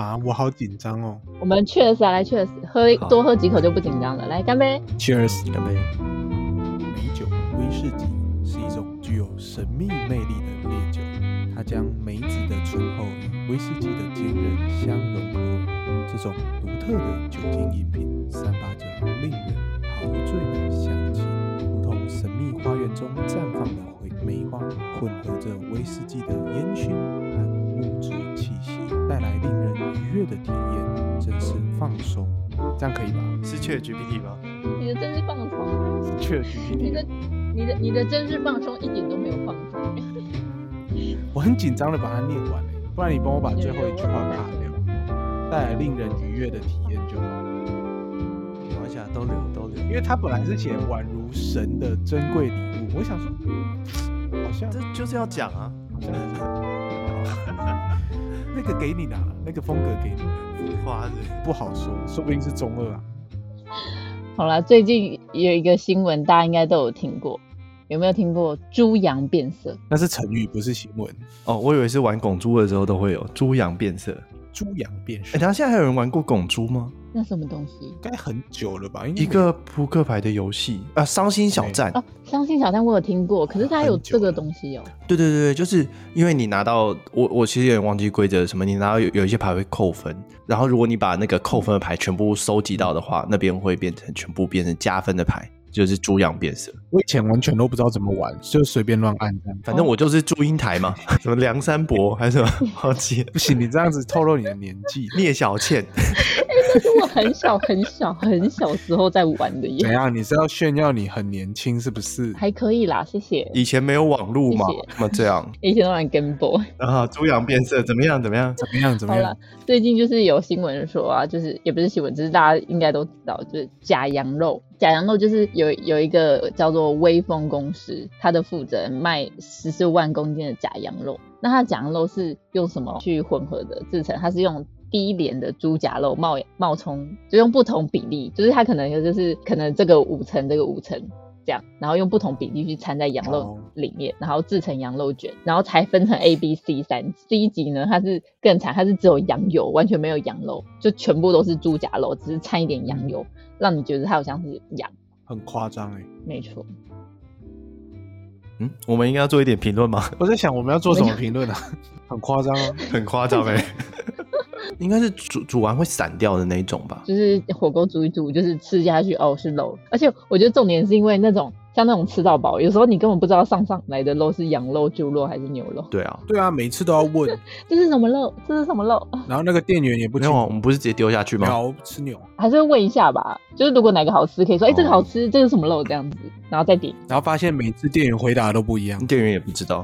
Speaker 3: 啊，我好紧张哦。
Speaker 2: 我们 Cheers 啊，来 Cheers，喝
Speaker 1: 好
Speaker 2: 多喝几口就不紧张了，来干杯！
Speaker 3: Cheers！
Speaker 1: 干杯！
Speaker 3: 美酒威士忌是一种具有神秘魅力的烈酒，它将梅子的醇厚与威士忌的坚韧相融合，这种独特的酒精饮品散发着令人陶醉的香气，如同神秘花园中绽放的回梅花，混合着威士忌的烟熏和木质气息，带来令人愉悦的体验，真是放松。这样可以吧？
Speaker 1: 是 c GPT 吗？
Speaker 2: 你的真是放松，
Speaker 1: 确 g
Speaker 2: 你的你的你的真是放松，一点都没有放松。
Speaker 3: 我很紧张的把它念完、欸，不然你帮我把最后一句话卡掉，带来令人愉悦的体验就好了。
Speaker 1: 我想都留都留
Speaker 3: 因，为它本来是写宛如神的珍贵礼物，我想说，好像
Speaker 1: 这就是要讲啊。
Speaker 3: 好像那个给你的啊、那个风格给你的
Speaker 1: 花
Speaker 3: 不好说，说不定是中二啊。
Speaker 2: 好啦，最近有一个新闻，大家应该都有听过，有没有听过猪羊变色？
Speaker 3: 那是成语，不是新闻。
Speaker 1: 哦，我以为是玩拱猪的时候都会有猪羊变色。
Speaker 3: 猪羊变
Speaker 1: 哎、
Speaker 3: 色，
Speaker 1: 欸，等一下现在还有人玩过拱猪吗？
Speaker 2: 那什么东西
Speaker 3: 应该很久了吧？应该
Speaker 1: 一个扑克牌的游戏啊，伤心小站。
Speaker 2: 哦，伤心小站我有听过，可是它有这个东西哦。
Speaker 1: 对对对对，就是因为你拿到我，我其实有点忘记规则是什么，你拿到有有一些牌会扣分，然后如果你把那个扣分的牌全部收集到的话，那边会变成全部变成加分的牌，就是猪羊变色。
Speaker 3: 我以前完全都不知道怎么玩，就随便乱按这样。
Speaker 1: 反正我就是祝英台 [laughs] 嘛，什么梁山伯还是什么，忘记了
Speaker 3: 不行，你这样子透露你的年纪。
Speaker 1: 聂小倩。
Speaker 2: 这是我很小很小很小时候在玩的
Speaker 3: 怎
Speaker 2: 耶，
Speaker 3: 样？你是要炫耀你很年轻是
Speaker 2: [laughs]
Speaker 3: 不是？
Speaker 2: 还可以啦，谢谢。
Speaker 1: 以前没有网络嘛
Speaker 2: 谢，
Speaker 1: 那么这样
Speaker 2: 以前都玩 Game Boy。
Speaker 1: [laughs] 啊，猪羊变色怎么样？怎么样？
Speaker 3: 怎么样？怎么
Speaker 2: 好
Speaker 3: 样
Speaker 2: 了？，最近就是有新闻说啊，就是也不是新闻，只是大家应该都知道，就是假羊肉。假羊肉就是有有一个叫做威风公司，它的负责人卖十四万公斤的假羊肉。那它的假羊肉是用什么去混合的制成？它是用低廉的猪夹肉冒冒充，就用不同比例，就是它可能就是可能这个五层，这个五层。这样，然后用不同比例去掺在羊肉
Speaker 3: 哦
Speaker 2: 里面，然后制成羊肉卷，然后才分成 A、B、C 三级。第一集呢，它是更惨，它是只有羊油，完全没有羊肉，就全部都是猪夹肉，只是掺一点羊油，让你觉得它好像是羊。
Speaker 3: 很夸张哎！
Speaker 2: 没错，
Speaker 1: 嗯，我们应该要做一点评论吗？
Speaker 3: 我在想我们要做什么评论啊？ [laughs] 很夸张啊！
Speaker 1: 很夸张哎， [laughs] 应该是煮煮完会散掉的那一种吧。
Speaker 2: 就是火锅煮一煮，就是吃下去哦是肉，而且我觉得重点是因为那种像那种吃到饱，有时候你根本不知道上上来的肉是羊肉、猪肉还是牛肉，
Speaker 1: 对啊，
Speaker 3: 对啊，每次都要问，
Speaker 2: 这是什么肉？这是什么肉？ [laughs]
Speaker 3: 然后那个店员也不
Speaker 1: 没
Speaker 3: 清
Speaker 1: 有啊，
Speaker 3: 楚
Speaker 1: 我们不是直接丢下去
Speaker 3: 没
Speaker 1: 吗？
Speaker 3: 有，我不吃牛。
Speaker 2: 还是会问一下吧，就是如果哪个好吃，可以说哎、这个好吃，这个什么肉这样子，然后再点。
Speaker 3: 然后发现每次店员回答都不一样。
Speaker 1: 店员也不知道，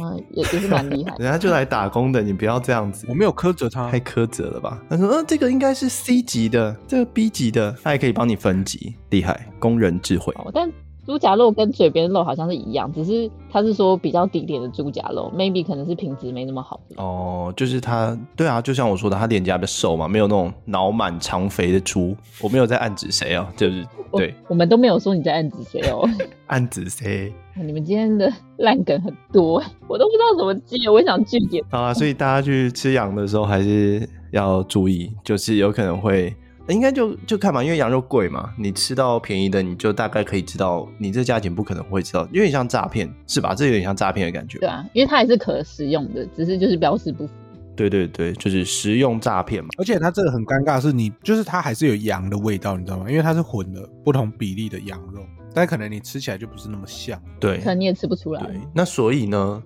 Speaker 2: 啊，也也是蛮厉害的。
Speaker 1: 人家就来打工的，你不要这样子
Speaker 3: 我，没有苛责他
Speaker 1: 太，苛责了吧？他说，嗯、这个应该是 C 级的，这个 B 级的，他也可以帮你分级，厉害，工人智慧。
Speaker 2: 哦但猪夹肉跟嘴边肉好像是一样，只是他是说比较低廉的猪夹肉，maybe 可能是品质没那么好。
Speaker 1: 哦，就是他，对啊，就像我说的，他脸颊比较瘦嘛，没有那种脑满肠肥的猪。我没有在暗指谁啊，就是
Speaker 2: 我
Speaker 1: 对，
Speaker 2: 哦我们都没有说你在暗指谁哦。 [laughs]
Speaker 1: 暗指谁
Speaker 2: 你们今天的烂梗很多，我都不知道怎么接，我想据点。
Speaker 1: 好啊。所以大家去吃羊的时候还是要注意，就是有可能会，应该就就看嘛，因为羊肉贵嘛，你吃到便宜的，你就大概可以知道你这价钱不可能会知道，有点像诈骗是吧？这有点像诈骗的感觉。
Speaker 2: 对啊，因为它也是可食用的，只是就是标识不符。
Speaker 1: 对对对，就是食用诈骗嘛。
Speaker 3: 而且他这个很尴尬，是你就是它还是有羊的味道，你知道吗？因为它是混了不同比例的羊肉，但可能你吃起来就不是那么像。
Speaker 1: 对，
Speaker 2: 可能你也吃不出来。
Speaker 1: 对，那所以呢，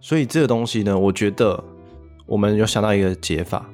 Speaker 1: 所以这个东西呢，我觉得我们有想到一个解法，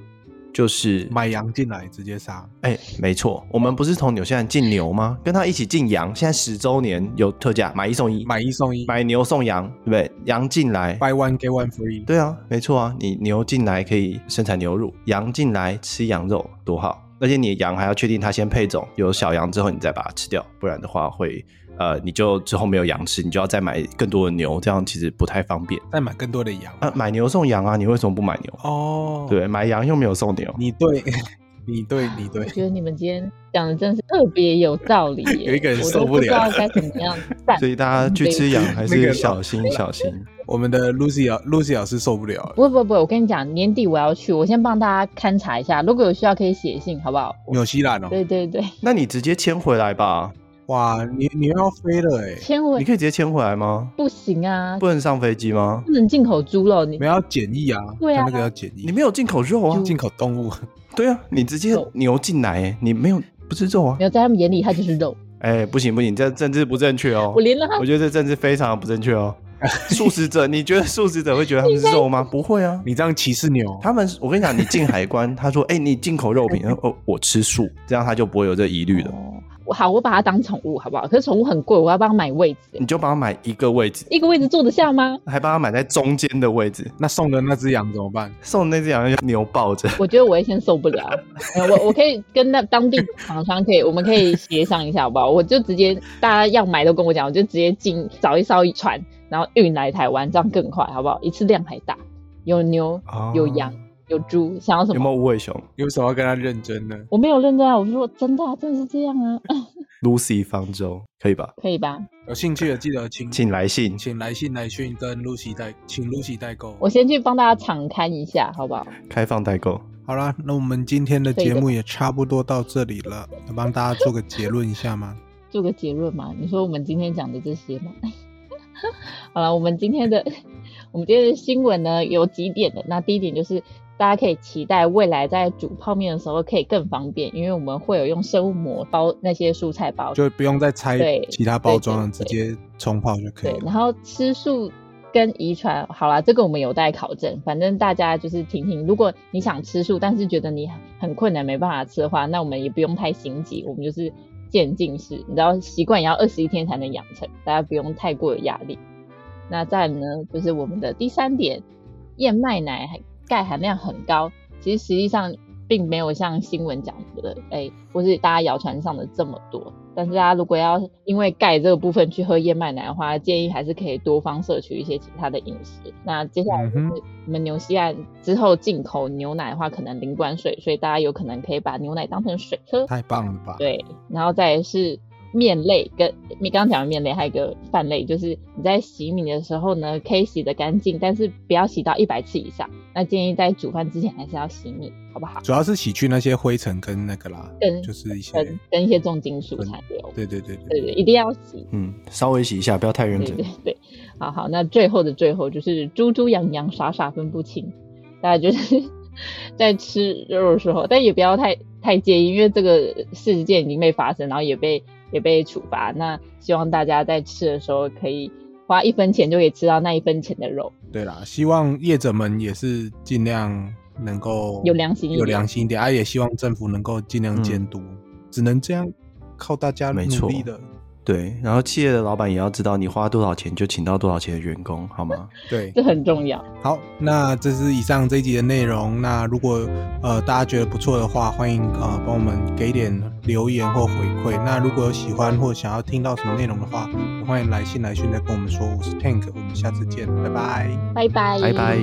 Speaker 1: 就是
Speaker 3: 买羊进来直接杀，
Speaker 1: 哎、没错，我们不是从纽西兰进牛吗？跟他一起进羊，现在十周年有特价，买一送一，
Speaker 3: 买一送一，
Speaker 1: 买牛送羊，对不对？羊进来，
Speaker 3: buy one get one free。
Speaker 1: 对啊，没错啊，你牛进来可以生产牛乳，羊进来吃羊肉，多好！而且你的羊还要确定它先配种，有小羊之后你再把它吃掉，不然的话会呃，你就之后没有羊吃，你就要再买更多的牛，这样其实不太方便。
Speaker 3: 再买更多的羊。
Speaker 1: 啊，买牛送羊啊，你为什么不买牛？
Speaker 3: 哦，，
Speaker 1: 对，买羊又没有送牛，
Speaker 3: 你对， [laughs] 你对，你对
Speaker 2: 我，觉得你们今天讲的真的是特别有道理耶，
Speaker 3: 有一个人
Speaker 2: 我
Speaker 3: 受
Speaker 2: 都
Speaker 3: 不
Speaker 2: 不知
Speaker 3: 了
Speaker 2: 道该怎么
Speaker 3: [laughs]
Speaker 2: 样办
Speaker 1: 所。以大家去吃羊还
Speaker 3: 那
Speaker 1: 是
Speaker 3: 个
Speaker 1: 小心小心。
Speaker 3: 我们的 Lucy 老 Lucy 老师受不了了。
Speaker 2: 不会不会不会，我跟你讲，年底我要去，我先帮大家勘察一下，如果有需要可以写信，好不好？
Speaker 3: 纽西兰哦，
Speaker 2: 对对对，
Speaker 1: 那你直接迁回来吧，
Speaker 3: 哇，你你要飞了哎，
Speaker 2: 签
Speaker 1: 你
Speaker 2: 回
Speaker 1: 可以直接迁回来吗？
Speaker 2: 不行啊，
Speaker 1: 不能上飞机吗？
Speaker 2: 不能进口猪肉，你
Speaker 3: 没有要检疫啊，
Speaker 2: 对啊
Speaker 3: 他那个要检疫哦
Speaker 1: 你，没有进口肉啊，
Speaker 3: 进口动物， [laughs]
Speaker 1: 对啊，你直接
Speaker 2: 肉
Speaker 1: 牛进来、你没有不是肉啊
Speaker 2: 没？有在他们眼里它就是肉。
Speaker 1: 哎、不行不行，这政治不正确哦
Speaker 2: 我。连让他
Speaker 1: 我觉得这政治非常不正确
Speaker 3: [laughs]
Speaker 1: 哦。素食者，你觉得素食者会觉得他们是肉吗？不会啊。
Speaker 3: 你这样歧视牛，
Speaker 1: 他们，我跟你讲，你进海关，他说：“哎、你进口肉品，他说哦，我吃素，这样他就不会有这疑虑了。
Speaker 2: 哦我好，我把它当宠物好不好？可是宠物很贵，我要帮它买位置
Speaker 1: 你，就帮他买一个位置，
Speaker 2: 一个位置坐得下吗？
Speaker 1: 还帮他买在中间的位置，
Speaker 3: 那送的那只羊怎么办？
Speaker 1: 送那只羊牛抱着。
Speaker 2: 我觉得我会先受不了。 [laughs] 呃我我可以跟那当地厂商可以，我们可以协商一下，好不好？我就直接大家要买都跟我讲，我就直接进找一艘船，然后运来台湾，这样更快，好不好？一次量还大，有牛
Speaker 1: 哦
Speaker 2: 有羊有猪，想要什
Speaker 1: 有没
Speaker 2: 么？
Speaker 1: 有无尾熊
Speaker 3: 你为什么要跟他认真呢？
Speaker 2: 我没有认真啊，我说真的啊，真的是这样啊，
Speaker 1: ？Lucy 方舟可以吧？
Speaker 2: 可以吧？
Speaker 3: 有兴趣的记得请
Speaker 1: 请来信。
Speaker 3: 请来信来讯跟 Lucy 代，请 Lucy 代购。
Speaker 2: 我先去帮大家敞开一下，好不好？
Speaker 1: 开放代购。
Speaker 3: 好啦，那我们今天的节目也差不多到这里了，能帮大家做个结论一
Speaker 2: [laughs]
Speaker 3: 下吗？
Speaker 2: 做个结论嘛？你说我们今天讲的这些嘛？ [laughs] 好了，我们今天的我们今天的新闻呢有几点的。那第一点就是大家可以期待未来在煮泡面的时候可以更方便，因为我们会有用生物膜包那些蔬菜包。
Speaker 3: 就不用再拆
Speaker 2: 对
Speaker 3: 其他包装了，直
Speaker 2: 对
Speaker 3: 接冲泡就可
Speaker 2: 对，
Speaker 3: 以
Speaker 2: 然后
Speaker 3: 了。
Speaker 2: 吃素跟遗传，好啦，这个我们有待考证。反正大家就是听听，如果你想吃素，但是觉得你很困难没办法吃的话，那我们也不用太心急，我们就是渐进式，你知道习惯也要二十一天才能养成，大家不用太过有压力。那再来呢，就是我们的第三点，燕麦奶钙含量很高，其实实际上并没有像新闻讲的，哎、或是大家谣传上的这么多。但是大家如果要因为钙这个部分去喝燕麦奶的话，建议还是可以多方摄取一些其他的饮食。那接下来就是
Speaker 3: 嗯
Speaker 2: 我们纽西兰之后进口牛奶的话，可能零关水，所以大家有可能可以把牛奶当成水喝。
Speaker 3: 太棒了吧！
Speaker 2: 对，然后再来是面类跟你刚刚讲的面类，还有一个饭类，就是你在洗米的时候呢，可以洗得干净，但是不要洗到一百次以上。那建议在煮饭之前还是要洗米，好不好？
Speaker 3: 主要是洗去那些灰尘跟那个啦，
Speaker 2: 跟
Speaker 3: 就是一些
Speaker 2: 跟跟一些重金属残留，
Speaker 3: 对对对对
Speaker 2: 对对，一定要洗。
Speaker 1: 嗯，稍微洗一下，不要太认
Speaker 2: 对
Speaker 1: 真
Speaker 2: 对。对，好好，那最后的最后就是猪猪羊羊傻傻分不清，大家就是 [laughs] 在吃肉的时候，但也不要太太介意，因为这个事件已经被发生，然后也被也被处罚。那希望大家在吃的时候可以花一分钱就可以吃到那一分钱的肉，
Speaker 3: 对啦！希望业者们也是尽量能够
Speaker 2: 有良心一点
Speaker 3: 有良心一点啊！也希望政府能够尽量监督，只能这样靠大家
Speaker 1: 嗯没错
Speaker 3: 努力的。
Speaker 1: 对，然后企业的老板也要知道你花多少钱就请到多少钱的员工，好
Speaker 2: [laughs]
Speaker 1: 吗？
Speaker 3: 对，
Speaker 2: 这很重要。
Speaker 3: 好，那这是以上这一集的内容。那如果呃大家觉得不错的话，欢迎呃帮我们给点留言或回馈。那如果有喜欢或想要听到什么内容的话，也
Speaker 2: 哎
Speaker 3: 欢迎来信来讯再跟我们说。我是 Tank，我们下次见，拜拜。
Speaker 2: 拜拜，
Speaker 1: 拜拜。